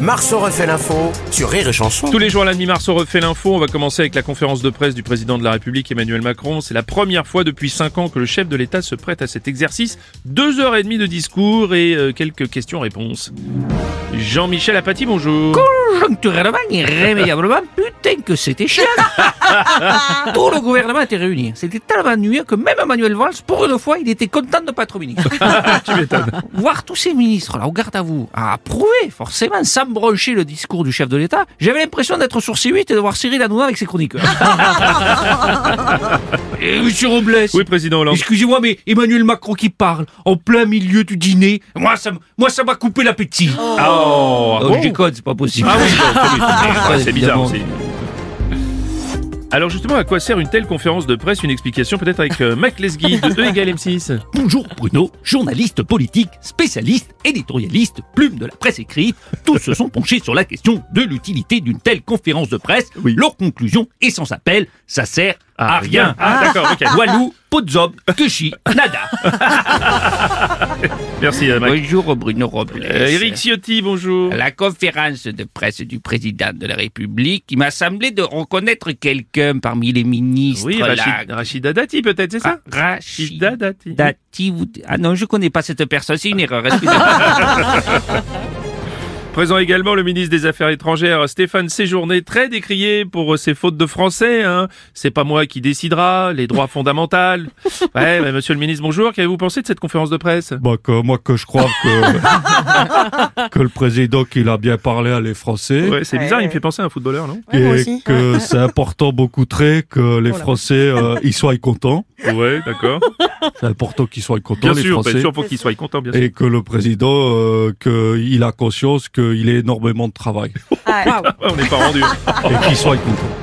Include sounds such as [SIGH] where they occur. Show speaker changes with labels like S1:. S1: Marceau refait l'info sur Rire et Chanson.
S2: Tous les jours à la mi-marceau refait l'info. On va commencer avec la conférence de presse du président de la République Emmanuel Macron. C'est la première fois depuis cinq ans que le chef de l'État se prête à cet exercice. Deux heures et demie de discours et euh, quelques questions-réponses. Jean-Michel Apathy, bonjour.
S3: Conjoncturellement, irrémédiablement, putain que c'était
S2: [LAUGHS]
S3: chiant Tout le gouvernement était réuni. C'était tellement ennuyeux que même Manuel Valls, pour une fois, il était content de ne pas être ministre.
S2: [LAUGHS] tu m'étonnes.
S3: Voir tous ces ministres-là, au garde à vous, à approuver, forcément, sans broncher le discours du chef de l'État, j'avais l'impression d'être sur C8 et de voir Cyril Hanouna avec ses chroniques.
S2: [LAUGHS]
S3: et monsieur Robles
S2: Oui, président Hollande.
S3: Excusez-moi, mais Emmanuel Macron qui parle en plein milieu du dîner, moi ça, m- moi, ça m'a coupé l'appétit.
S2: Oh, ah
S3: Oh,
S2: bon
S3: je déconne, c'est pas possible.
S2: Ah oui, bon, c'est
S3: [LAUGHS]
S2: bizarre.
S3: Ouais,
S2: Ouais, c'est bizarre
S3: évidemment.
S2: aussi. Alors justement, à quoi sert une telle conférence de presse Une explication peut-être avec euh, Mac Lesguy de E égale M6.
S3: Bonjour Bruno, journaliste politique, spécialiste, éditorialiste, plume de la presse écrite, tous se sont penchés sur la question de l'utilité d'une telle conférence de presse. Leur conclusion est sans appel, ça sert à, rien.
S2: Ah d'accord, ok.
S3: Walou, Potsdam, Keshi, Nada.
S2: Merci euh, Mac.
S3: [LAUGHS] Bonjour Bruno Robles.
S2: Euh, Eric Ciotti, bonjour.
S3: La conférence de presse du président de la République, il m'a semblé de reconnaître quelqu'un parmi les ministres.
S2: Oui,
S3: là.
S2: Rachid, Rachida Dati peut-être, c'est ça
S3: Ra-
S2: Rachida Ah, Dati.
S3: Dati ou- Ah non, je connais pas cette personne, c'est une erreur. excusez-moi.
S2: Présent également le ministre des Affaires étrangères euh, Stéphane Séjourné, très décrié pour euh, ses fautes de français. Hein. C'est pas moi qui décidera, les [LAUGHS] droits fondamentaux. Ouais, bah, monsieur le ministre, bonjour. Qu'avez-vous pensé de cette conférence de presse
S4: Bah que, moi que je crois
S2: [LAUGHS]
S4: que, que le président qu'il a bien parlé à les Français
S2: Ouais, c'est bizarre, il me fait penser à un footballeur, non
S5: Ouais, moi
S4: et
S5: aussi.
S4: que c'est important beaucoup très que les Français euh, ils soient contents.
S2: Ouais, d'accord.
S4: C'est important qu'ils soient contents
S2: Bien
S4: les
S2: sûr, bien
S4: Français.
S2: sûr, pour qu'il soit content, bien sûr.
S4: Et que le président euh, que il a conscience qu'il a énormément de travail
S5: Ouais.
S2: Ouais, Ah, on n'est pas rendu.
S4: et qu'il soit content.